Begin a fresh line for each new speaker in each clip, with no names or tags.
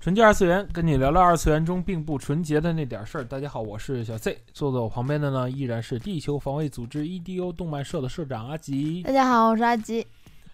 纯洁二次元，跟你聊聊二次元中并不纯洁的那点事儿。大家好，我是小 C，坐在我旁边的呢依然是地球防卫组织 EDO 动漫社的社长阿吉。
大家好，我是阿吉。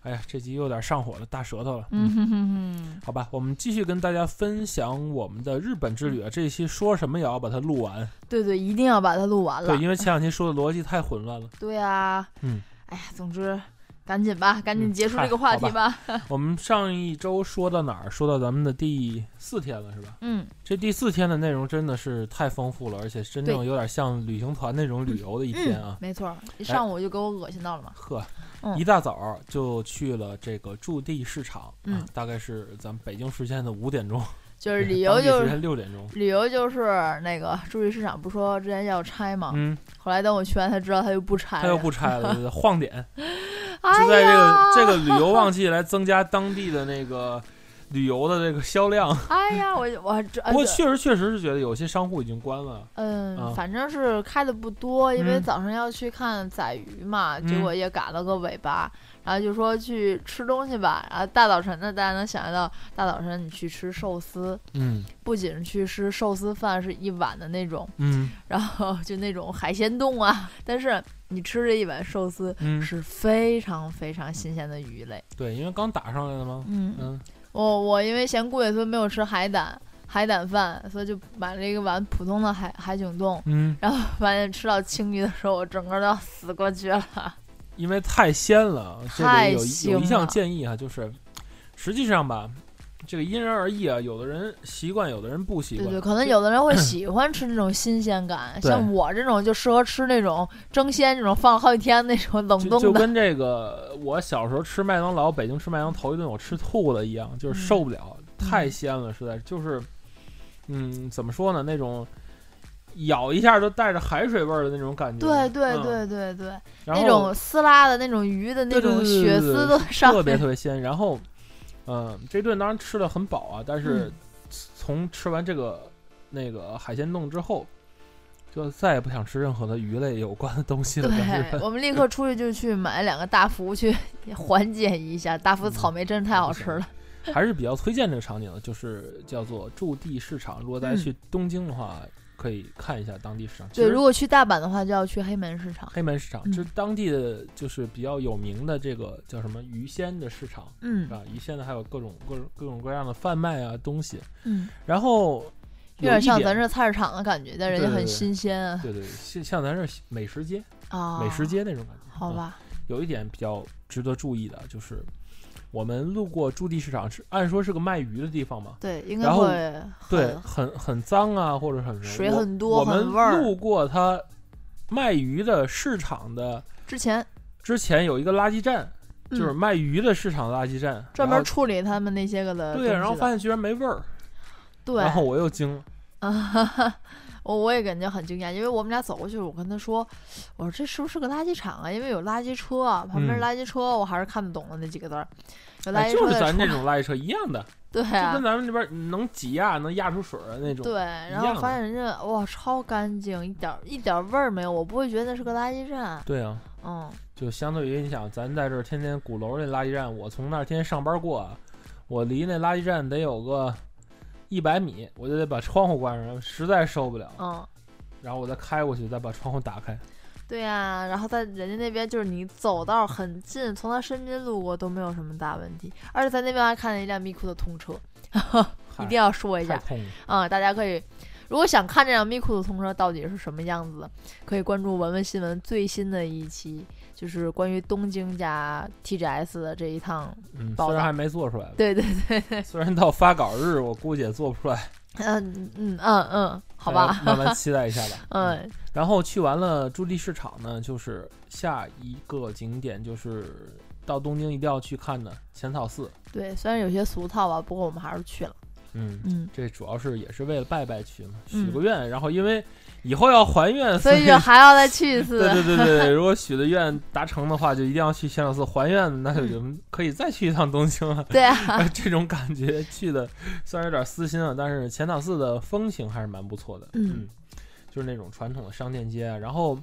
哎呀，这集又有点上火了，大舌头了。
嗯哼哼
好吧，我们继续跟大家分享我们的日本之旅啊。这一期说什么也要把它录完，
哼， 对对，一定要把它录完了
对，。因为前两期说的逻辑太混乱了。
对啊，
嗯，
哎呀，总之赶紧吧，赶紧结束
嗨
这个话
好
题吧。
我们上一周说到哪儿？说到咱们的第四天了，是吧？
嗯，
这第四天的内容真的是太丰富了，而且真正
对
有点像旅行团那种旅游的一天啊
嗯，。没错，一上午就给我恶心到了嘛。
呵，
嗯
一大早就去了这个驻地市场，啊
嗯，
大概是咱们北京时间的五点钟，
就是 旅游
当地
就
时
是
间六点钟。
旅游就是那个驻地市场，不是说之前要拆吗？
嗯，
后来等我去完才知道他又不拆了，
他又不拆 了，晃点，
哎
就在这个
呀
这个旅游旺季来增加当地的那个旅游的这个销量。
哎呀，我我这
不过确实确实是觉得有些商户已经关了，啊
嗯，反正是开的不多，因为
嗯
早上要去看宰鱼嘛，
嗯
结果也赶了个尾巴，然后就说去吃东西吧。然后大早晨的，大家能想象到，大早晨你去吃寿司，
嗯
不仅是去吃寿司饭是一碗的那种，
嗯
然后就那种海鲜冻啊，但是你吃这一碗寿司
嗯，
是非常非常新鲜的鱼类。
对，因为刚打上来的嘛，
嗯，
嗯
我我因为嫌贵，所以没有吃海胆海胆饭，所以就买了一个碗普通的海海景冻。
嗯，
然后发现吃到青鱼的时候，我整个都要死过去了。
因为太鲜了，这
太
里有一有一
腥
项
了
建议啊，就是实际上吧，这个因人而异啊，有的人习惯，有的人不习
对
惯。
对，可能有的人会喜欢吃这种新鲜感，
对
像我这种就适合吃那种蒸鲜，这种放了好几天那种冷
就就
冻的。
跟这个我小时候吃麦当劳，北京吃麦当头一顿我吃吐了一样，就是
嗯
受不了，太鲜了，实在是就是，嗯，怎么说呢，那种咬一下都带着海水味儿的那种感觉。
对对
嗯，
对对对，
然
那
后
种撕拉的那种鱼的那
对对
种
对对对
血丝都上
特别
面。
特别鲜，然后，嗯，这顿当然吃的很饱啊，但是
嗯
从吃完这个那个海鲜冻之后，就再也不想吃任何的鱼类有关的东西了。 感觉
对，我们立刻出去就去买两个大 福去缓解一下。大福
嗯
草莓真是太好吃了。
还是比较推荐这个场景的，就是叫做驻地市场。如果大家
嗯
去东京的话，可以看一下当地市场。
对，
其实
如果去大阪的话，就要去黑门市场。
黑门市场，
嗯
这是当地的就是比较有名的这个叫什么鱼鲜的市场，
嗯
是吧？鱼鲜的还有各种各种各种各样的贩卖啊东西。
嗯，
然后
有
有
点
一
像
点
咱这菜市场的感觉，但人家
对对
很
对
新鲜 啊。
对对，像像咱这美食街、
啊，
美食街那种感觉。
好
嗯、
吧，
有一点比较值得注意的就是，我们路过驻地市场是按说是个卖鱼的地方嘛，
对，应该
然后
会
对，
很
很很脏啊，或者很什么
水
我
很多
我们
很味儿
路过它卖鱼的市场的
之前
之前有一个垃圾站，
嗯
就是卖鱼的市场的垃圾站，然
专门
后
处理他们那些个的东西
对
的。
啊，然后发现居然没味儿，
对，
然后我又惊了，
啊，我 我也感觉很惊讶，因为我们俩走过去，我跟他说，我说这是不是个垃圾场啊？因为有垃圾车啊，旁边
嗯
垃圾车，我还是看不懂的那几个字儿，有垃
哎，
圾
就是
车在
咱
出
这种垃圾车一样的，
对
就
啊
跟。咱们这边能挤压能压出水儿的啊那种，
对，然后发现人家哇超干净，一点儿一点儿味儿没有，我不会觉得那是个垃圾站。
对啊，
嗯，
就相对于你想，咱在这儿天天鼓楼那垃圾站，我从那儿天天上班过啊，我离那垃圾站得有个一百米，我就得把窗户关上，实在受不了，
嗯，
然后我再开过去，再把窗户打开。
对呀、然后在人家那边就是你走道很近，从他身边路过都没有什么大问题，而且在那边还看见一辆咪咕的通车，
嗨
一定要说一
太
下
痛了，
啊、大家可以。如果想看这辆咪咕的通车到底是什么样子，可以关注文文新闻最新的一期，就是关于东京加 TGS 的这一趟。
嗯，
报
虽然
道
还没做出来吧，
对对，
虽然到发稿日我估计也做不出来，
嗯嗯嗯嗯， 好吧，。
大家慢慢期待一下吧
嗯
然后去完了驻地市场呢，就是下一个景点就是到东京一定要去看的浅草寺。
对，虽然有些俗套吧，不过我们还是去了。
嗯，
嗯，
这主要是也是为了拜拜去嘛，许
嗯
个愿，然后因为以后要还愿，所
所以就还要再去
对
一次。
对对 对对，如果许的愿达成的话，就一定要去浅草寺还愿，那就就可以再去一趟东京了。
对嗯 啊，
这种感觉去的虽然有点私心啊，但是浅草寺的风情还是蛮不错的。
嗯
就是那种传统的商店街啊。然后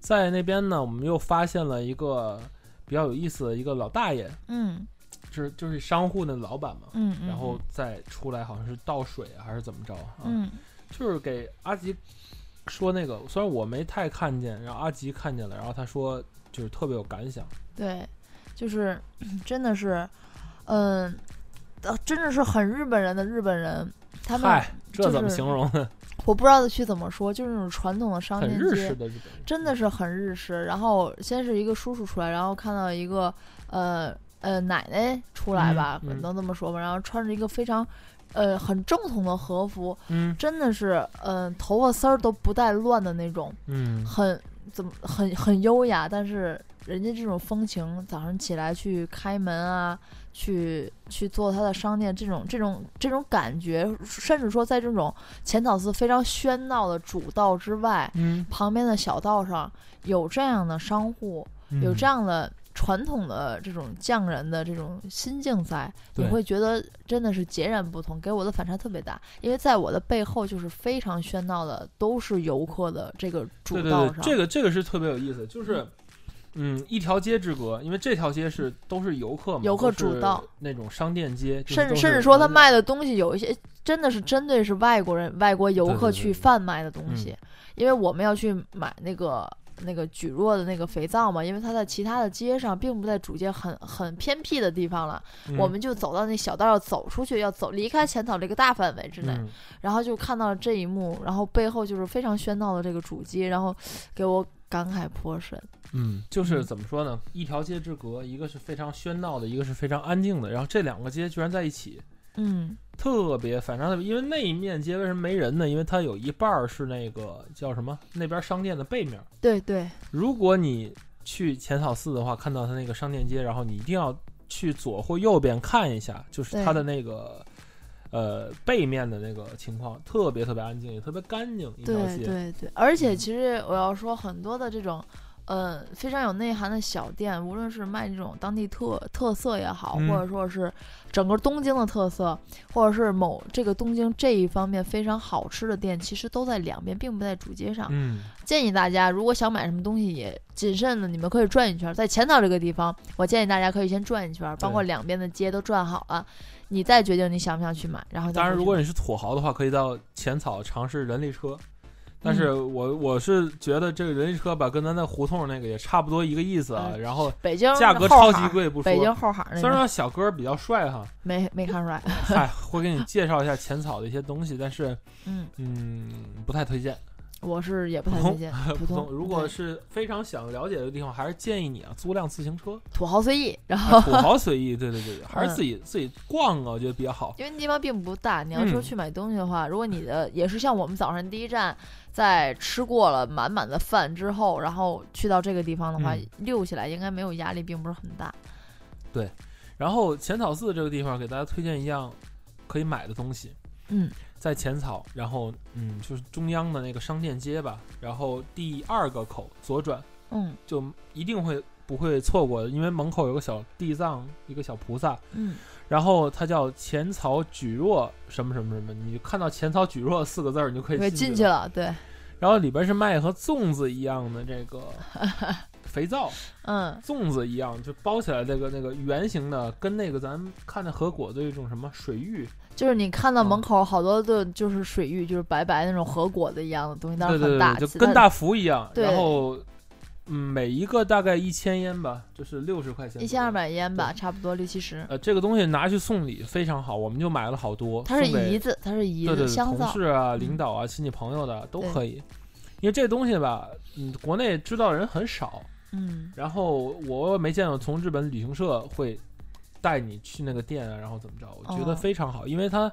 在那边呢，我们又发现了一个比较有意思的一个老大爷，
嗯
就是就是商户的老板嘛。
嗯嗯，
然后再出来好像是倒水啊还是怎么着啊？
嗯
就是给阿吉说那个，虽然我没太看见，然后阿吉看见了，然后他说就是特别有感想。
对，就是真的是，嗯、呃，真的是很日本人的日本人，他们
嗨，这怎么形容呢？
我不知道去怎么说，就是那种传统的商
很
店
日
街
式，的日本人，
真的是很日式。然后先是一个叔叔出来，然后看到一个呃呃奶奶出来
嗯
吧，
嗯
能这么说吧，然后穿着一个非常。呃，很正统的和服，
嗯
真的是，嗯、头发丝儿都不带乱的那种，
嗯，
很怎么很很优雅，但是人家这种风情，早上起来去开门啊，去去做他的商店，这种这种这种感觉，甚至说在这种浅草寺非常喧闹的主道之外，
嗯，
旁边的小道上有这样的商户，
嗯
有这样的。传统的这种匠人的这种心境在，你
对
会觉得真的是截然不同，给我的反差特别大。因为在我的背后就是非常喧闹的，都是游客的这个主
对对
道
对
上，，
这个这个是特别有意思，就是。嗯，一条街之隔，因为这条街是都是游客嘛，
游客
都是
主道
那种商店街，就是
甚
都
至
是
甚至说他
人
卖的东西有一些真的是针对是外国人、外国游
对对
客
对嗯
去
对
贩卖的东西，因为我们要去买那个那个举弱的那个肥皂嘛，因为它在其他的街上，并不在主街很很偏僻的地方了，
嗯
我们就走到那小道要走出去，要走离开浅草这个大范围之内，
嗯
然后就看到了这一幕，然后背后就是非常喧闹的这个主街，然后给我感慨颇深。
嗯，就是
嗯
怎么说呢？一条街之隔，一个是非常喧闹的，一个是非常安静的，然后这两个街居然在一起，
嗯
特别反差特别。因为那一面街为什么没人呢？因为它有一半儿是那个叫什么那边商店的背面儿。
对对，
如果你去浅草寺的话，看到它那个商店街，然后你一定要去左或右边看一下，就是
对
它的那个呃背面的那个情况，特别特别安静，也特别干净一条
对
街。
对对，而且
嗯
其实我要说，很多的这种，呃，非常有内涵的小店，无论是卖这种当地特特色也好，
嗯
或者说是整个东京的特色，或者是某这个东京这一方面非常好吃的店，其实都在两边，并不在主街上。
嗯，
建议大家，如果想买什么东西，也谨慎的，你们可以转一圈儿，在浅草这个地方，我建议大家可以先转一圈儿，包括
对
两边的街都转好了，你再决定你想不想去买。然后再
当然，
回去
如果
买
你是土豪的话，可以到浅草尝试人力车。
嗯
但是我我是觉得这个人力车吧，跟咱在胡同那个也差不多一个意思啊。
嗯
然后
北京
价格
后
超
海
级
儿，
贵不说，
北京后海儿那
虽然
个
说小哥儿比较帅 哈，
没没看 出来，
嗨，会给你介绍一下浅草的一些东西，但是
嗯，
嗯，不太推荐。
我是也不太
普通
推 荐
普
普
通，如果
对
是非常想了解的地方，还是建议你啊租辆自行 车，
土豪随意， 然后
啊土豪随意。对对对对，还
嗯
是自己自己逛啊，我觉得比较好。
因为那地方并不大，你要说
嗯
去买东西的话，如果你的也是像我们早上第一站，在吃过了满满的饭之后，然后去到这个地方的话，
嗯
溜起来应该没有压力，并不是很大。
然后浅草寺这个地方给大家推荐一样可以买的东西，
嗯，
在浅草，然后嗯，就是中央的那个商店街吧，然后第二个口左转
嗯
就一定会不会错过的，因为门口有个小地藏，一个小菩萨，
嗯，
然后它叫浅草举若什么什么什么，你就看到浅草举若四个字儿，你就可
对，
以
进
去
去
了。
了，对，
然后里边是卖和粽子一样的这 个肥皂，
嗯
粽子一样就包起来那个那个圆形的，跟那个咱们看的河果的一种什么水玉，，
就是你看到
嗯
门口好多的，就是水域，就是白白那种河果子一样的东西，但
对
是
对
很
对
大，，
就
其
跟
他
大福一样。
对
然后，嗯，每一个大概一千烟吧，就是六十块钱，
一千二。百烟吧，差不多六七十。
呃，这个东西拿去送礼非常好，我们就买了好多。
它是
送给
姨子，它是姨
对对
子
对，
香
同
皂，
事啊、
嗯
领导啊、亲戚朋友的都
对
可以。因为这东西吧，嗯，国内知道的人很少，
嗯，
然后我没见过从日本旅行社会带你去那个店啊，然后怎么着，我觉得
哦
非常好，因为它，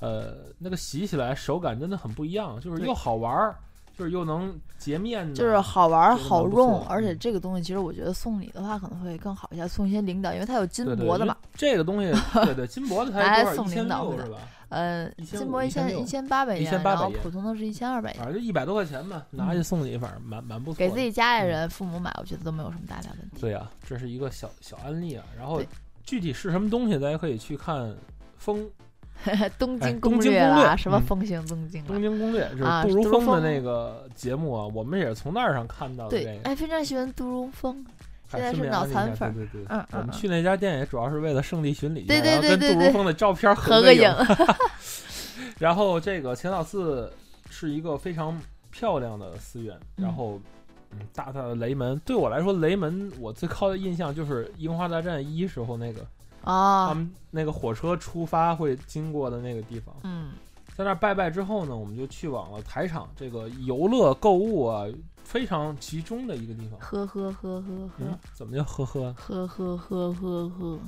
呃，那个洗起来手感真的很不一样，就是
对
又好玩儿，就是又能洁面的，
就是好玩儿
觉得
好
蛮不
用
错，的
而且
嗯
这个东西其实我觉得送礼的话可能会更好一些，送一些领导，因为它有金
对对
箔的
因为
嘛，
这个东西，对对，金 箔的
拿
才
来
多少
送
一千
领导
六
的
是吧？
呃，
1500
金箔一
1600
千一千八百
1800
元，然后
元
普通的是一千二百元，
反正就一百多块钱吧，拿去
嗯
送礼，反正蛮蛮不错的。
给自己家里
嗯
人、父母买，我觉得都没有什么大大问题。
对呀、这是一个小小案例啊。然后
对
具体是什么东西，大家可以去看《风
东
哎东
京攻
京
略
攻略
啦，什么
嗯
风行东京
东
啦，
京攻略》，就是
啊
杜如
杜如
风的
风
那个节目啊，我们也是从那儿上看到的这
对，
个。
哎，非常喜欢杜如 风，
还
现在
顺
是
便
脑
安利一
残
下
粉儿
对对对。
嗯
我
嗯
们
嗯，
去那家店也主要是为了圣地巡礼一下，
对对
然后
对
跟
对
杜如
对
风的照片
合
个
个影，
然后这个浅草寺是一个非常漂亮的寺院，
嗯
然后嗯，大大的雷门，对我来说，雷门我最靠的印象就是《樱花大战一》时候那个、他
啊，
们那个火车出发会经过的那个地方。
嗯，
在那儿拜拜之后呢，我们就去往了台场这个游乐购物啊非常集中的一个地方。
呵呵呵呵
嗯
呵，
怎么叫呵呵？
呵呵呵呵呵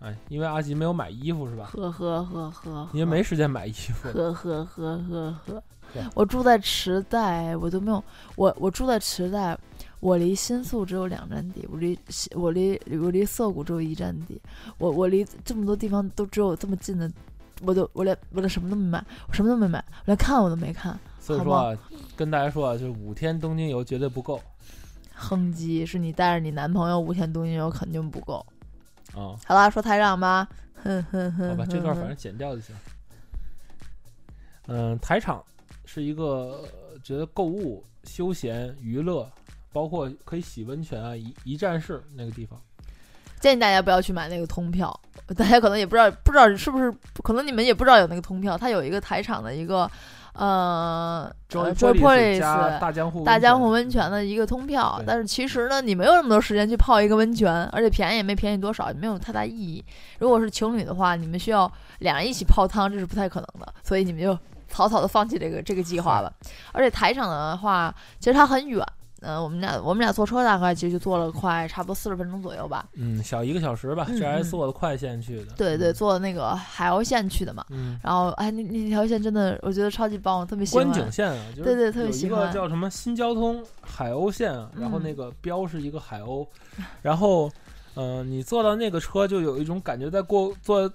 哎，因为阿吉没有买衣服是吧？
呵呵呵呵，
因为没时间买衣服。
嗯呵呵呵呵呵
对，
我住在池袋，我都没有我我住在池袋，我离新宿只有两站地，我离西我离我离涩谷只有一站地，我我离这么多地方都只有这么近的，我都我连我连什么都没买，我什么都没买，我连看我都没看，
所以
好
说啊，跟大家说啊，就是五天东京游绝对不够
哼唧，是你带着你男朋友五天东京游肯定不够。
啊、
好啦，说台长吧，哼哼哼，
好吧，这
哼
段反
哼
正剪掉就行。嗯，台场是一个呃觉得购物、休闲、娱乐，包括可以洗温泉啊，一一站式那个地
啊
方。
建议大家不要去买那个通票，大家可能也不知道，不知道是不是，可能你们也不知道有那个通票，它有一个台场的一个，呃
Joy
j o y
Police
Police
加啊大江户
大江户
温嗯
温泉的一个通票
对，
但是其实呢，你没有那么多时间去泡一个温泉，而且便宜也没便宜多少，也没有太大意义。如果是情侣的话，你们需要两人一起泡汤，这是不太可能的，所以你们就草草的放弃这个这个计划吧。而且台场的话，其实它很远，嗯、我们俩我们俩坐车大概其实就坐了快差不多四十分钟左右吧。
嗯，小一个小时吧，
嗯
这还是
嗯
坐的快线去的。
对对，
嗯，
坐那个海岸线去的嘛。
嗯，
然后哎，那那条线真的我觉得超级棒，我特别喜欢。
观景线啊，就是
对对特
有
别
一
喜
个
欢
叫什么新交通海鸥线啊，然后
嗯
那个标是一个海鸥， 然后，嗯、你坐到那个车就有一种感觉在过坐，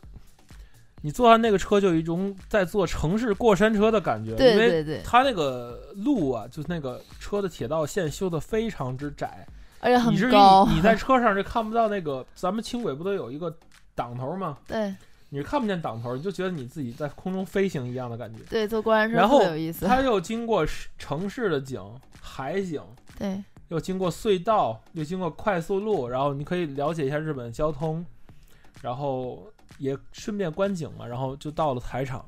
你坐上那个车就有一种在坐城市过山车的感觉，
对
因为
对对，
它那个路啊，就是那个车的铁道线修的非常之窄，
而且
以至
很
于
高
你。你在车上是看不到那个，咱们轻轨不都有一个挡头吗？
对
你是看不见挡头，你就觉得你自己在空中飞行一样的感觉。
对，坐过山车
然
特
后
别有意思。
它又经过市城市的景、海景，
对，
又经过隧道，又经过快速路，然后你可以了解一下日本交通，然后也顺便观景嘛，然后就到了台场。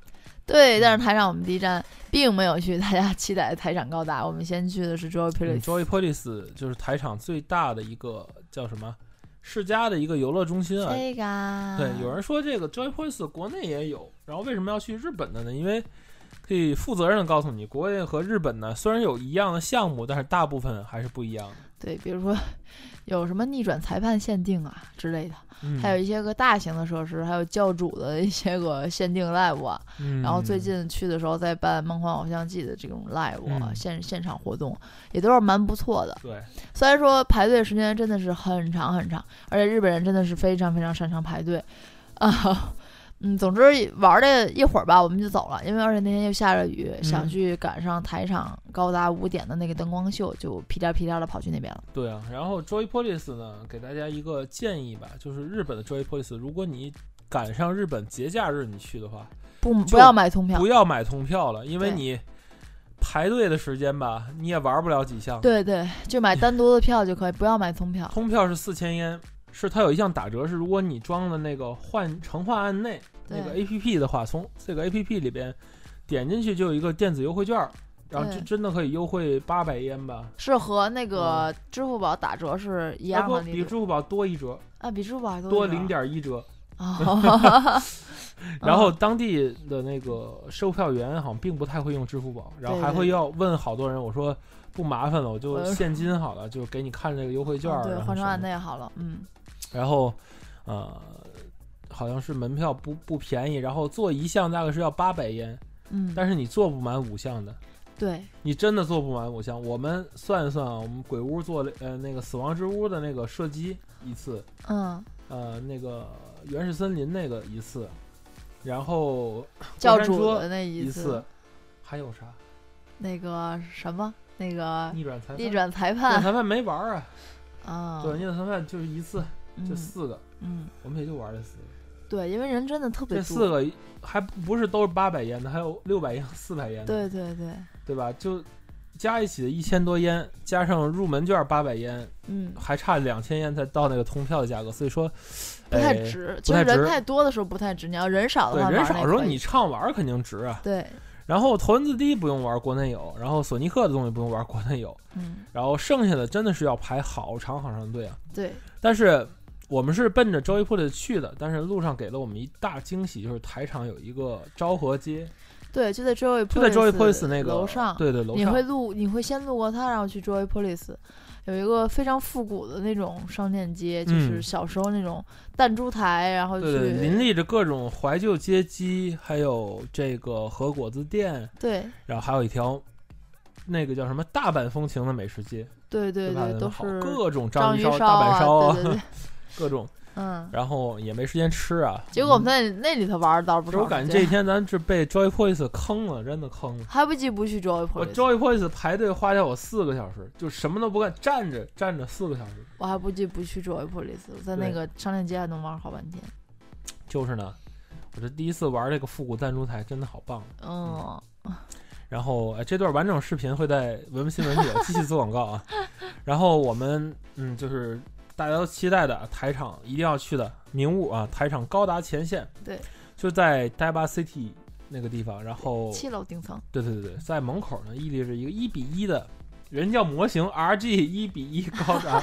对，
嗯
但是台场我们第一站并没有去大家期待的台场高达，我们先去的是
嗯
Joy Police，、
Joy Police 就是台场最大的一个叫什么世家的一个游乐中心啊。
这个
对，有人说这个 Joy Police 国内也有，然后为什么要去日本的呢？因为可以负责任的告诉你，国内和日本呢虽然有一样的项目，但是大部分还是不一样的。
对，比如说有什么逆转裁判限定啊之类的，
嗯、
还有一些个大型的设施，还有教主的一些个限定 live 啊，
嗯，
然后最近去的时候在办《梦幻偶像季》的这种 live 啊、
嗯
现现场活动，也都是蛮不错的。
对，
虽然说排队时间真的是很长很长，而且日本人真的是非常非常擅长排队啊。嗯，总之玩了一会儿吧，我们就走了，因为而且那天又下着雨，
嗯
想去赶上台场高达五点的那个灯光秀，就屁颠屁颠的跑去那边了。
对啊，然后 Joy Police 呢，给大家一个建议吧，就是日本的 Joy Police，如果你赶上日本节假日你去的话，
不，
就
不要买通票
不。要买通票了，因为
对
你排队的时间吧，你也玩不了几项。，
对对，就买单独的票就可以，不要买通票。
通票是四千烟，是它有一项打折，是如果你装的那个换乘换案内那个
对
APP 的话，从这个 APP 里边点进去就有一个电子优惠券儿，然后
对
就真的可以优惠八百烟吧，
是和那个支付宝打折是一
嗯啊
样
不
的
比
利
支
率
付宝多一折，
啊，比支付宝还多
多
一点
零点一折。
啊。
然
嗯
后当地的那个售票员好像并不太会用支付宝，然后
对
还
对
会要问好多人，我说不麻烦了，我就
呃
现金好了，就给你看这个优惠券儿，
嗯对，
然后
换
什
成
么
按内好了，嗯，
然后呃，好像是门票不不便宜，然后做一项大概是要八百烟，
嗯，
但是你做不满五项的，
对，
你真的做不满五箱。我们算一算啊，我们鬼屋做了呃那个死亡之屋的那个射击一次，
嗯，
呃那个原始森林那个一次，然后
教
山
主
车
的那
一
一
次，还有啥？
那个什么那个
逆转裁判，
逆转裁
逆转
判
裁判没玩儿啊，
啊，
对，逆转裁判就是一次，就
嗯
四个，
嗯，
我们也就玩了四个。
对，因为人真的特别
这
多，
四个还不是都是八百烟的，还有六百烟、四百烟的，
对对对，
对吧？就加一起的一千多烟，加上入门券八百烟，
嗯，
还差两千烟才到那个通票的价格。所以说，
不太
哎
值。
不
其
太
实
值
人太多的时候不太值，你要人少的
对
话，
人
玩
少
儿那
的时候
可以
你畅玩儿肯定值啊。
对，
然后头文字 D 不用玩，国内有；然后索尼克的东西不用玩，国内有。
嗯，
然后剩下的真的是要排好长好长的队啊。
对，
但是我们是奔着周一铺的去的，但是路上给了我们一大惊喜，就是台场有一个昭和街，
对，就在 Joy
就在 Joy Police
Police
那个
楼上，
对对，楼
你
上
会路你会先路过它，然后去 Joy Police，有一个非常复古的那种商店街，就是
嗯
小时候那种弹珠台，然后去
对对，林立着各种怀旧街机，还有这个和果子店，
对
然后还有一条那个叫什么大阪风情的美食街，
对对
吧？
都
好
是
各种
章
鱼
鱼
烧、大阪
啊，
烧
对对对，
各种，
嗯。
然后也没时间吃啊。
结果我们在那里头玩儿倒是
嗯就
不少时间，
我感觉这一天咱是被 Joy Police 坑了，真的坑了。
还不及不去 Joy
我
Police，
Joy Police 排队花掉我四个小时，就什么都不干，站着站着四个小时。
我还不及不去 Joy Police，我在那
对
个商店街还能玩儿好半天。
就是呢，我这第一次玩这个复古弹珠台，真的好棒。
嗯，
然后、哎、这段完整视频会在文文新闻里有继续做广告啊。 然后我们嗯，就是大家都期待的台场一定要去的名物啊，台场高达前线，
对，
就在呆巴 City 那个地方。然后
七楼顶层，
对对对对，在门口呢屹立着一个一比一的，人叫模型 RG 一比一高达。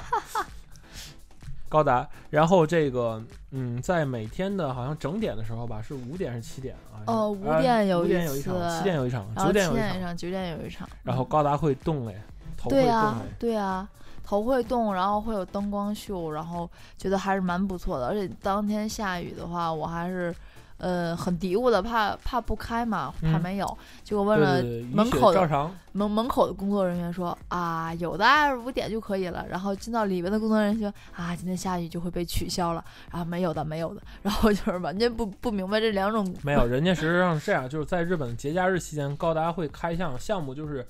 高达，然后这个，嗯，在每天的好像整点的时候吧，是五点还是七点啊？
哦
五
五点有
五
一
点有一场，
次
七点有一场，
然
九
后七
啊点有一
点
场
一，场，九点有一场。
然后
嗯
高达会动嘞，头会
对
动
啊
嘞，，
对啊，头会动，然后会有灯光秀，然后觉得还是蛮不错的。而且当天下雨的话，我还是呃很嘀咕的，怕怕不开嘛，怕
嗯
没有。结果
对
问
对
了
对，雨
门
雪
口的
照常，
门门口的工作人员说啊，有的五点就可以了。然后进到里面的工作人员说啊，今天下雨就会被取消了。啊，没有的，没有的。然后就是完全不不明白这两种
没有，人家实际上是这样，就是在日本节假日期间，高达会开项项目，就是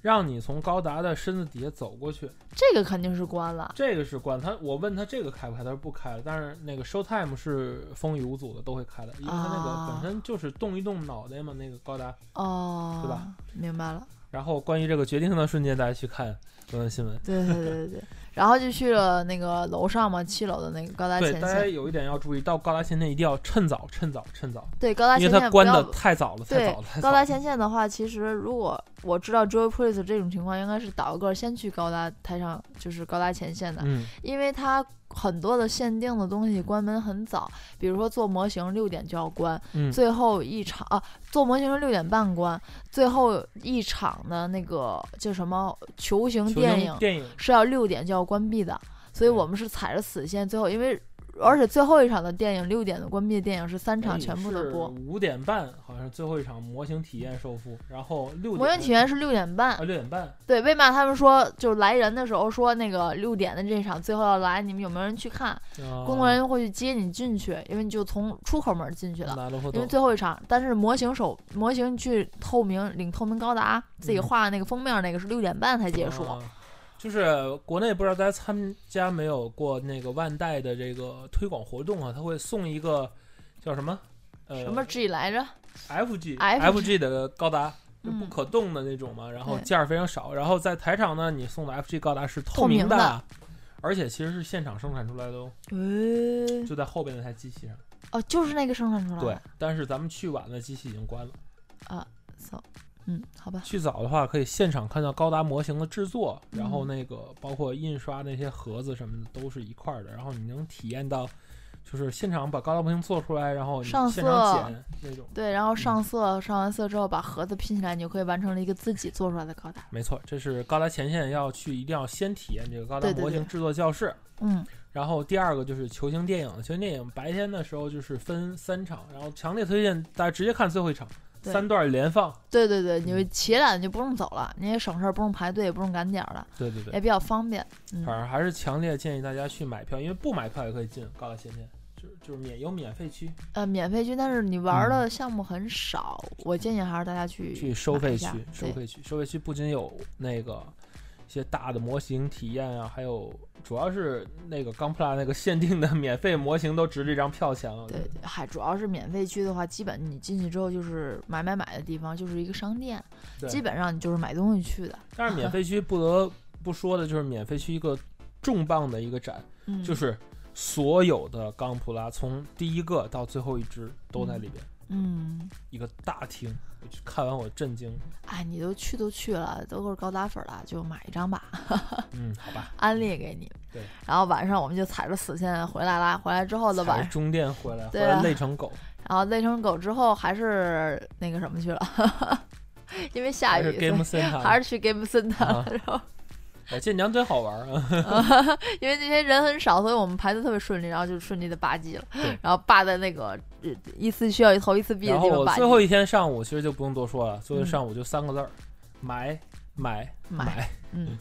让你从高达的身子底下走过去，
这个肯定是关了。
这个是管他。我问他这个开不开，他说不开了，但是那个 show time 是风雨无阻的，都会开的，因为他那个
啊
本身就是动一动脑袋嘛，那个高达。
哦，
对吧？
明白了，
然后关于这个决定性的瞬间，大家去看文文新闻。
对对对对对。然后就去了那个楼上嘛，七楼的那个高达
对，
前
大家
线。
有一点要注意，到高达前线一定要趁早，趁早，趁早，
对高达
因为
前
它
线不
关的
要。
太早了，太
对
早了，太早了。
高达前线的话，其实如果我知道 Joy Police 这种情况，应该是倒个儿先去高达台上，就是高达前线的。
嗯，
因为它很多的限定的东西关门很早，比如说做模型六点就要关，
嗯
最后一场啊做模型是六点半关，最后一场的那个叫什么球形
球
电
形
影
电影
是要六点就要关闭的，所
对
以我们是踩着死线，最后因为而且最后一场的电影六点的关闭的电影是三
哎
场全部都播，
五点半好像是最后一场模型体验售付，然后六点
模型体验是六点半
啊，六点半，
对，为嘛他们说就是来人的时候说那个六点的这场最后要来，你们有没有人去看？工
哦
作人员会去接你进去，因为你就从出口门进去了。
拿了活
因为
动，
最后一场，但是模型手模型去透明领透明高达自己
嗯
画的那个封面那个是六点半才结束，
啊就是国内不知道大家参加没有过那个万代的这个推广活动啊，他会送一个叫什么呃
什么 G 来着？
FG
FG
的高达。就不
嗯
可动的那种嘛，然后
对
件儿非常少，然后在台场呢，你送的 FG 高达是透
透
明
明
的，
的
而且其实是现场生产出来的哦，
呃，
就在后边那台机器上。
哦，就是那个生产出来
对
的。，
但是咱们去晚了，机器已经关了。
，so，嗯，好吧，
去早的话，可以现场看到高达模型的制作，然后
嗯
那个包括印刷那些盒子什么的都是一块儿的，然后你能体验到，就是现场把高达模型做出来，然后你
上
现
色
场剪那种。
对，然后上色，上完色之后把盒子拼起来，你就可以完成了一个自己做出来的高达。
没错，这是高达前线要去，一定要先体验这个高达
对对
模型
对
制作教室。
嗯，
然后第二个就是球形电影，球形电影白天的时候就是分三场，然后强烈推荐大家直接看最后一场，
对
三段连放，
对对对，你
嗯
起来你就不用走了，你也省事儿，不用排队，也不用赶点儿了，
对对对
也，比较方便。嗯，
反正还是强烈建议大家去买票，因为不买票也可以进高达仙剑，就是就是免有免费区，
呃，免费区，但是你玩儿的项目很少，我建议还是大家去
嗯去收
买
费
一
区
下，
收
对
费区，收费区不仅有那个一些大的模型体验啊，还有主要是那个钢普拉那个限定的免费模型都值这张票钱了。我觉
对
得，
对，还主要是免费区的话，基本你进去之后就是买买买的地方，就是一个商店，
对
基本上你就是买东西去的。
但是免费区不得不说的就是免费区一个重磅的一个展，
嗯，
就是所有的钢普拉从第一个到最后一只都在里边，
嗯，
一个大厅。我去看完我震惊，
哎，你都去都去了，都是高达粉儿了，就买一张吧，
嗯，好吧，
安利给你。
对，
然后晚上我们就踩着死线回来啦，回来之后的晚
才
上，
中电回来，回
对
来
啊
累成 狗，
然后累成狗之后还是那个什么去了， 因为下
还
雨，
是
哎所以
Game Center，
还是去 Game Center，、
啊
然后
哎，这娘真好玩儿 啊！
因为那天人很少，所以我们排的特别顺利，然后就顺利的拔机了
对，
然后拔在那个呃一次需要投一次币的
然
地
后
方
我
拔
最
机
后一天上午其实就不用多说了，最后
嗯
上午就三个字儿：买买
买嗯，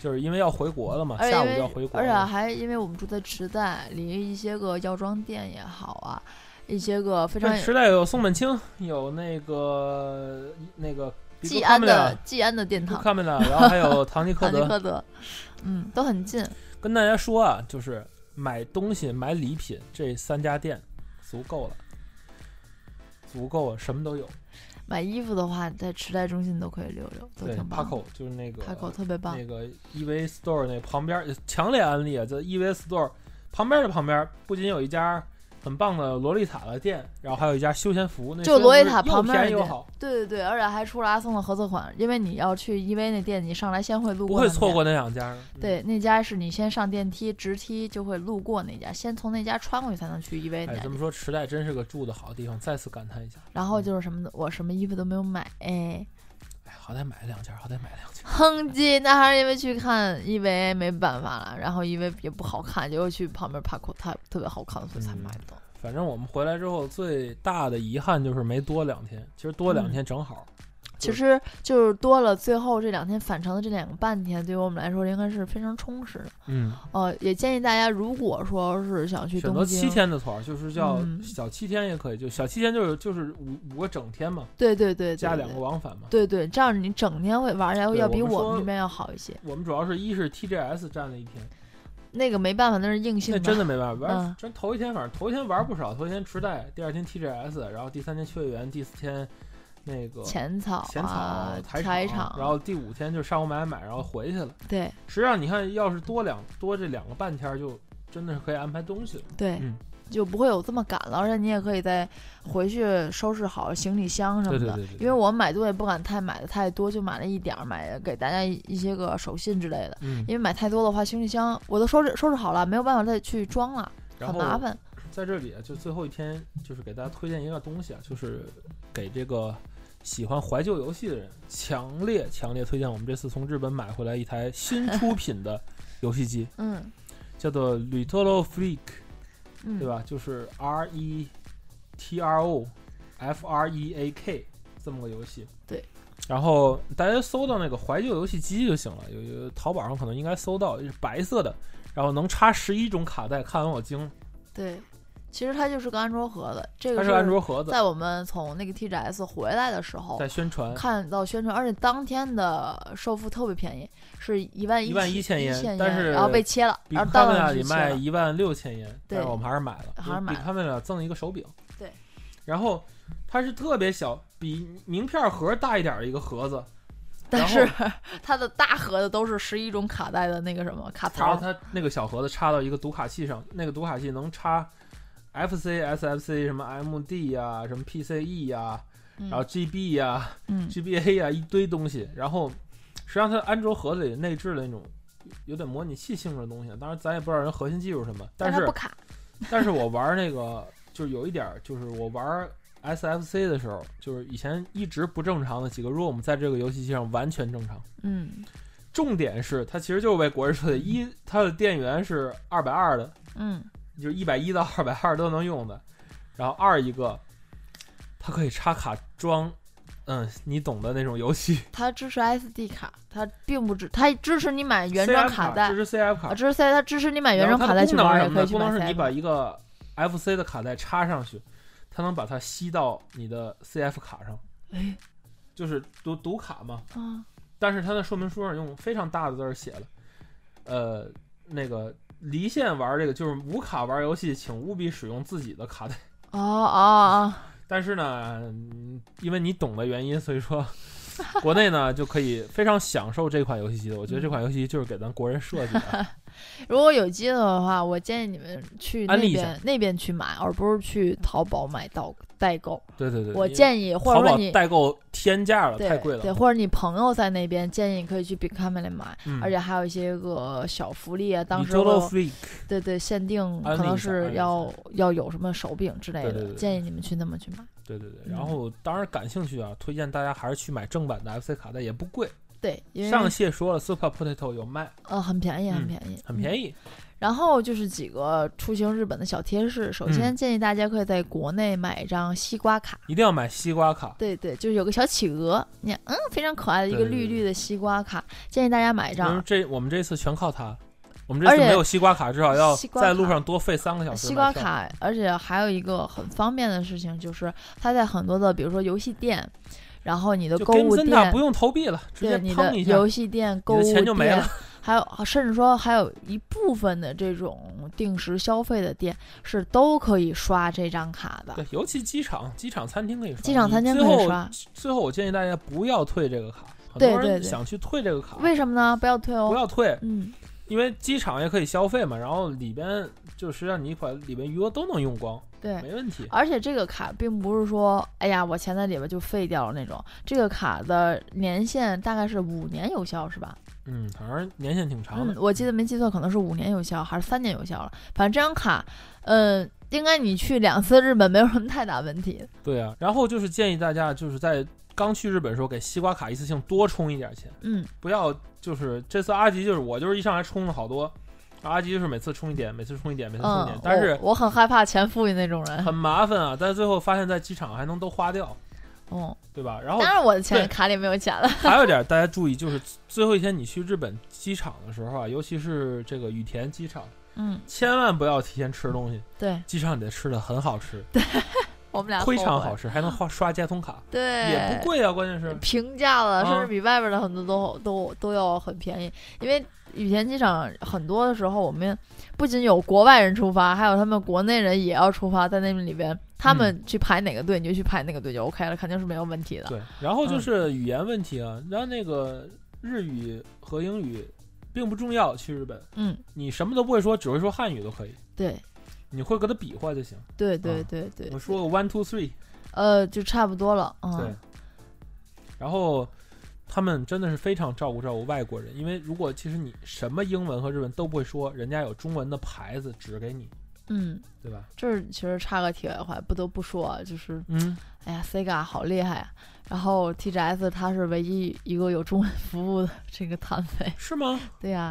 就是因为要回国了嘛，
而且
下
因
午
为
就要回国
而且
了。
还因为我们住在池袋，离一些个药妆店也好啊，一些个非常
对，时代有宋本清，有那个那个
季安的季安的殿堂，
看没了，然后还 有唐吉诃
唐吉
德。
诃德，嗯，都很近，
跟大家说啊，就是买东西、买礼品这三家店足够了，足够了，什么都有。
买衣服的话，在池袋中心都可以溜溜，都
对
挺棒的。
，Paco 就是那个
Paco 特别棒
那，个 EV Store 那旁边，呃强烈安利啊！这 EV Store 旁边的旁边，不仅有一家很棒的洛丽塔的店，然后还有一家休闲服，那
就
休
洛
闲
丽
服
塔旁边
又
的
便宜又
店
好，
对对对，而且还出了阿松的合作款，因为你要去 EV 那店，你上来先会路
不
过，
会错。过那两家。嗯，
对，那家是你先上电梯，直梯就会路过那家，先从那家穿过去才能去 EV 那
哎，
家
这么嗯
店。
说，池袋真是个住的好的地方，再次感叹一下。
然后就是什么的，我什么衣服都没有买，哎，
哎，好歹买了两家，好歹买了两家。
哼唧，那还是因为去看 EV 没办法了，然后 EV 也不好看，结果去旁边 Paco 它特别好看，
嗯
所以才买的。
反正我们回来之后，最大的遗憾就是没多两天。其实多
嗯
两天正好，
其实就是多了最后这两天返程的这两个半天，对于我们来说应该是非常充实的。
嗯，
呃，也建议大家，如果说是想去
选
东
择
京，
七天的团儿，就是叫
嗯
小七天也可以，就小七天就是就是五五个整天嘛，
对对对，对
加两个，往返嘛。
对对对，这样你整天会玩儿要
对
要
我
比
们
我
说
们这边要好一些。
我们主要是一是 TGS 站了一天，
那个没办法，那是硬性
那
的，
真的没办法玩
嗯。
真头一天反正头一天玩不少，头一天池袋，第二天 TGS，然后第三天秋叶原，第四天那个
浅草
浅
啊
草、台
台
场，然后第五天就上午买买，然后回去了。
对
实际上你看，要是多两多这两个半天儿，就真的是可以安排东西了。
对、
嗯
就不会有这么赶了，而且你也可以再回去收拾好行李箱什么
对
的。
对对对
因为我买东西不敢太买的太多，就买了一点儿，买给大家一一些个手信之类的。
嗯，
因为买太多的话，行李箱我都收拾收拾好了，没有办法再去装了，
然
很
后
麻烦。
在这里啊就最后一天，就是给大家推荐一个东西啊，就是给这个喜欢怀旧游戏的人，强烈强烈推荐我们这次从日本买回来一台新 出品的游戏机，
嗯
叫做 Retro Freak，
嗯，
对吧？就是 R E T R O F R E A K 这么个游戏。
对。
然后大家搜到那个怀旧游戏机就行了，有有淘宝上可能应该搜到，就是白色的，然后能插十一种卡带。看完我惊了，
对，其实它就是个安卓盒子，这
它
个
是安卓盒子，
在我们从那个 TGS 回来的时候
在宣传。
看到宣传，而且当天的售付特别便宜，是一万一
11,000
千
烟
元，
但是
然后被切了，
比
然
卡
后
梅
当
拉
然
里
是切
卖
了。
一万六千元，但是
对
我们还是买了，
还是买
比
了
卡梅拉赠一个手柄。
对，
然后它是特别小，比名片盒大一点的一个盒子，
但
然后
是 它的大盒子都是十一种卡带的那个什么卡
然后
槽，
它那个小盒子插到一个读卡器上，那个读卡器能插 FC、SFC 什么 MD 呀、什么 PCE 呀、
嗯
然后 GB 呀、
嗯
GBA 呀、一堆东西。然后实际上它安卓盒子里内置了那种有点模拟器性质的东西，当然咱也不知道人核心技术是什么，但
但
是
它不卡，
但是我玩那个，就是有一点，儿，就是我玩 SFC 的时候，就是以前一直不正常的几个 ROM，在这个游戏机上完全正常。
嗯
重点是，它其实就是为国人设计，一它的电源是二百二的，
嗯，
就是一百一到二百二都能用的。然后二一个，它可以插卡装嗯，你懂的那种游戏。
它支持 SD 卡，它并不支，它支持你买原
CF
装
卡
带
这，是 CF
啊，
卡，
支持 C，它支持你买原
然后
装
它
卡
的
带去
功能是什么
玩，也可
呢？
以去
功
买
能是你
CF
把一个 FC 的卡带插上去，它能把它吸到你的 CF 卡上，
哎
就是读读卡嘛。
啊，
但是它的说明书上用非常大的字儿写了，呃，那个离线玩这个就是无卡玩游戏，请务必使用自己的卡带。
哦哦
但是呢，嗯因为你懂的原因，所以说国内呢就可以非常享受这款游戏机的。我觉得这款游戏机就是给咱国人设计的啊，
哦，如果有机会的话，我建议你们去那
安利一
边那边去买，而不是去淘宝买到代购。
对对对，
我
因为
建议，或者
淘
说
宝
你
代购天价了，
对
太贵了
对，。或者你朋友在那边，建议可以去 b i g c a m e 来买，
嗯
而且还有一些个小福利啊，当时
Little
会
Freak
对对限定
安利一下
可能
安利
是
一下
要要有什么手柄之类
对
的，
对对对
建议你们去那么去买。
对对对，
嗯
然后当然感兴趣啊，推荐大家还是去买正版的 FC 卡带，也不贵。
对，因为
上蟹说了，Super Potato 有卖，
呃很便宜，
嗯
很便宜，
很
宜。
便宜。
然后就是几个出行日本的小贴士。
嗯
首先建议大家可以在国内买一张西瓜卡，
一定要买西瓜卡，
对对，就是有个小企鹅，你看，嗯，非常可爱的一
对
个
对对嗯
绿绿的西瓜卡，建议大家买一
因为
张。
这我们这次全靠它。我们这次
而且
没有西瓜卡，至少要
西瓜卡
在路上多费三个小时买票。
西瓜卡，而且还有一个很方便的事情，就是它在很多的，比如说游戏店，然后你的
就
购物
Game Center
店
不，用投币了，直接
对你
砰
的
一下，
游戏店、购
你
物
的钱就没
店
了，
还有甚至说还有一部分的这种定时消费的店是都可以刷这张卡的。
对，尤其机场、机场餐厅可以刷，
机场餐厅
你
可以
最后
刷。
最后我建议大家不要退这个卡，很
对
多人
对对
想去退这个卡，
为什么呢？不要退
不
哦。
要退，
嗯，
因为机场也可以消费嘛，然后里边就实际上你把里边余额都能用光，
对。
没问题。
而且这个卡并不是说，哎呀，我钱在里边就废掉了那种。这个卡的年限大概是五年有效，是吧？
嗯，反正年限挺长
嗯
的，，
我记得没记错，可能是五年有效还是三年有效了。反正这张卡，嗯、应该你去两次日本没有什么太大问题。
对啊。然后就是建议大家就是在刚去日本的时候给西瓜卡一次性多充一点钱，
嗯，
不要就是这次阿吉就是我就是一上来充了好多，阿吉就是每次充一点，每次充一点，每次充一点，
嗯，
但是
我我很害怕钱富裕那种人。
很麻烦啊。但是最后发现在机场还能都花掉，
嗯，
对吧？然后
当然我的
哦对
钱卡里没有钱了。
还有一点大家注意，就是最后一天你去日本机场的时候啊，尤其是这个羽田机场，
嗯，
千万不要提前吃东西，
对
机场里的吃的很好吃，
我们俩
非常
后悔
好，吃，还能花刷交通卡，
对，
也不贵啊，关键是。
平价了，甚
嗯
至比外边的很多都都都要很便宜。因为羽田机场很多的时候，我们不仅有国外人出发，还有他们国内人也要出发，在那里边他们去排哪个队，你就去排哪个队就 OK 了，肯定是没有问题的。
嗯
嗯
对，然后就是语言问题啊，然后那个日语和英语并不重要，去日本
嗯，
你什么都不会说，只会说汉语都可以，
对
你会跟他比划就行。
对对
啊
对对，
我说个 one two three，
呃，就差不多了。嗯，
对然后他们真的是非常照顾照顾外国人，因为如果其实你什么英文和日文都不会说，人家有中文的牌子指给你，
嗯，
对吧？
这儿其实插个题外话，不得不说啊，就是
嗯，
哎呀，Sega 好厉害呀、然后 TGS 它是唯一一个有中文服务的这个摊位，
是吗？
对啊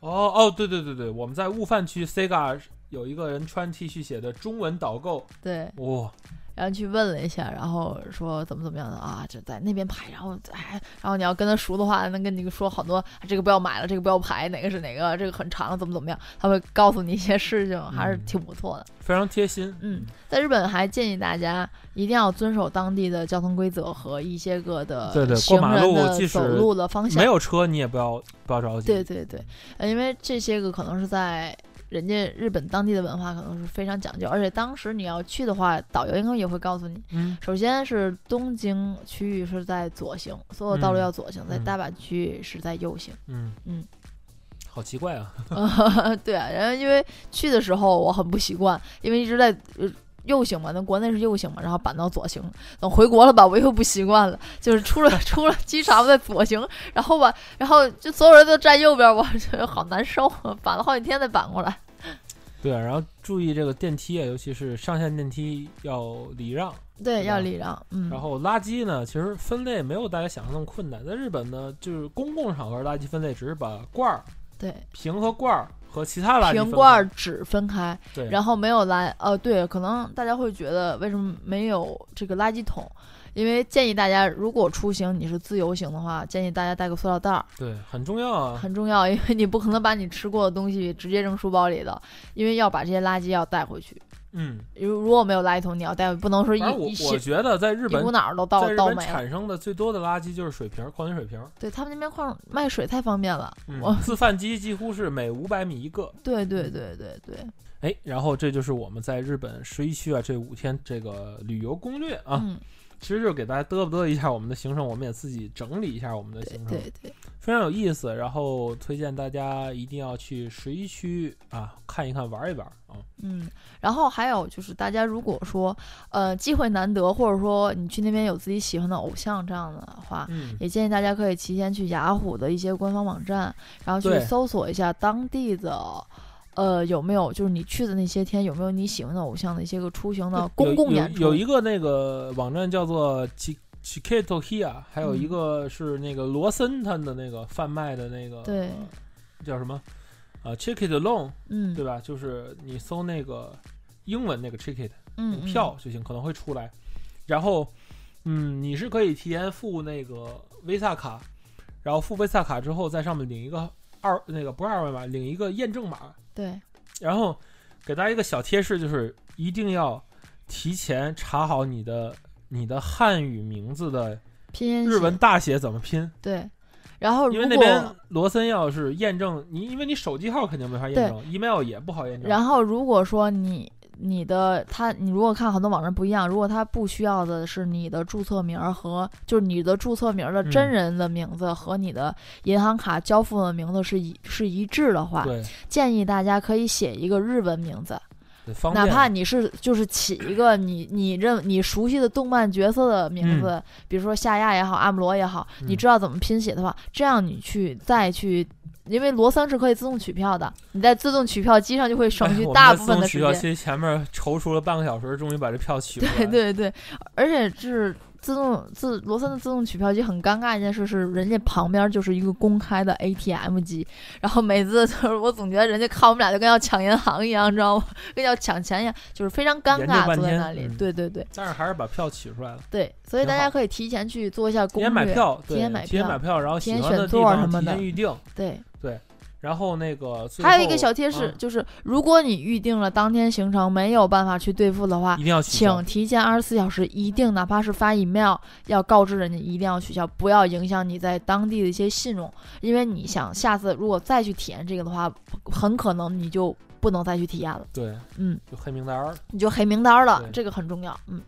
呀、
哦哦，对对对对，我们在悟饭区 Sega 有一个人穿 T 恤写的中文导购，
对，
哇、
然后去问了一下，然后说怎么怎么样的啊，这在那边排，然后哎，然后你要跟他熟的话，能跟你说好多，啊这个不要买了，这个不要排，哪个是哪个，这个很长，怎么怎么样，他会告诉你一些事情，还是
嗯
挺不错的。
非常贴心。
嗯，在日本还建议大家一定要遵守当地的交通规则和一些个的
对对过
行
马路
人
即
的
使
走路的方向
没。有车你也不要不要着急。
对对对，呃因为这些个可能是在人家日本当地的文化可能是非常讲究，而且当时你要去的话，导游应该也会告诉你。
嗯，
首先是东京区域是在左行，所有道路要左行；在大阪区域是在右行。
嗯
嗯，
好奇怪啊！
对啊，然后因为去的时候我很不习惯，因为一直在呃右行嘛，那国内是右行嘛，然后扳到左行。等回国了吧，我又不习惯了，就是出了 出了机场我在左行，然后吧，然后就所有人都站右边，我 觉得好难受，扳了好几天才扳过来。
对啊，然后注意这个电梯啊，尤其是上下电梯要礼让。
对，
是
要
吧
礼让。嗯，
然后垃圾呢，其实分类没有大家想象那么困难。在日本呢，就是公共场合垃圾分类只是把罐儿
对，
瓶和罐儿和其他垃圾
瓶
分
罐
开
儿纸分开，
对，
然后没有垃呃，对，可能大家会觉得为什么没有这个垃圾桶？因为建议大家，如果出行你是自由行的话，建议大家带个塑料袋儿，
对很重要啊，
很重要，因为你不可能把你吃过的东西直接扔书包里的，因为要把这些垃圾要带回去。
嗯，
如如果没有垃圾桶，你要带，不能说一
反正我
一
我
些
觉得在日
一
本
股。脑儿都
在
倒
日
倒
本
没了。
产生的最多的垃圾就是水瓶儿，矿泉水瓶儿。
对他们那边矿卖水太方便了，
嗯
我，
自贩机几乎是每五百米一个。
对对对对对，
哎，然后这就是我们在日本十一区啊这五天这个旅游攻略啊，
嗯，
其实就是给大家嘚啵嘚一下我们的行程，我们也自己整理一下我们的
对
行程，
对对，
非常有意思。然后推荐大家一定要去十一区啊看一看玩一玩啊。
嗯，然后还有就是大家如果说呃机会难得，或者说你去那边有自己喜欢的偶像这样的话。
嗯，
也建议大家可以提前去雅虎的一些官方网站，然后去
对
搜索一下当地的，呃，有没有就是你去的那些天有没有你喜欢的偶像的一些个出行的公共演出。
有有一个那个网站叫做 Chi Chiketo Hia，还啊
嗯
有一个是那个罗森他的那个贩卖的那个
对
叫什么？呃，Chicket Loan
嗯
对吧？就是你搜那个英文那个 Chicket 那
嗯
个
嗯
票就行，可能会出来。然后，嗯，你是可以提前付那个 Visa 卡，然后付 Visa 卡之后，在上面领一个二那个不是二维码，领一个验证码，
对
然后给大家一个小贴士，就是一定要提前查好你的你的汉语名字的
拼音
日
写
文大写怎么拼，
对，然哦后如
因
果
为那边罗森要是验证你，因为你手机号肯定没法验证，email 也不好验证。
然后如果说你你的他，你如果看很多网站不一样，如果他不需要的是你的注册名儿和就是你的注册名儿的真
嗯
人的名字和你的银行卡交付的名字是一是一致的话，
对，
建议大家可以写一个日文名字，
对方便
哪怕你是就是起一个你你认你熟悉的动漫角色的名字，比如说夏亚也好，阿姆罗也好，你
嗯
知道怎么拼写的话，这样你去再去。因为罗森是可以自动取票的，你在自动取票机上就会省
哎
去
我们
大
在
部
自
分
动
的时
取票
间。
期前面踌躇了半个小时，终于把这票取回来
对
了。
对对，而且是自动自罗森的自动取票机很尴尬一件事是，人家旁边就是一个公开的 ATM 机，然后每次就是我总觉得人家看我们俩就跟要抢银行一样，你知道吗？ 跟要抢钱一样，就是非常尴
研究
尬
半
坐在
天
那里。
嗯
对对对
但是还是把票取出来了。
对，所以
挺
大家
好
可以提前去做一下
提
攻
前买
略。
票，对，
提前买
提前买
票
票，然后喜
提前
欢的
选
地
座
方
什么
提
的
前预定，
对，
然后那个最
还有一个
后
小贴士、
啊
就是，如果你预定了当天行程没有办法去对付的话
啊一，定要取消
啊请提前二十四小时，一定哪怕是发 email，要告知人家一定要取消，不要影响你在当地的一些信用。因为你想下次如果再去体验这个的话，很可能你就不能再去体验了，
对，
嗯，
就黑名单儿。
你就黑名单了
对，
这个很重要。嗯，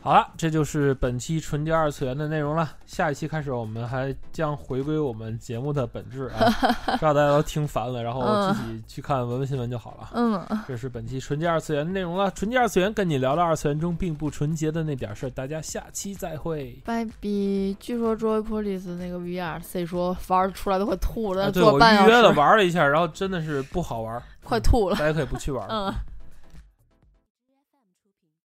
好了，这就是本期纯洁二次元的内容了。下一期开始，我们还将回归我们节目的本质啊， 不要大家都听烦了，然后
嗯
自己去看文文新闻就好了。
嗯，
这是本期纯洁二次元的内容了。纯洁二次元跟你聊聊二次元中并不纯洁的那点事儿，大家下期再会。
拜比，据说 Joy Police 那个 VR，C 说玩出来都快吐
啊
了，
对
坐
我
半
预约了
小时，
玩了一下，然后真的是不好玩儿，
快吐了。
大家可以不去玩儿。
嗯，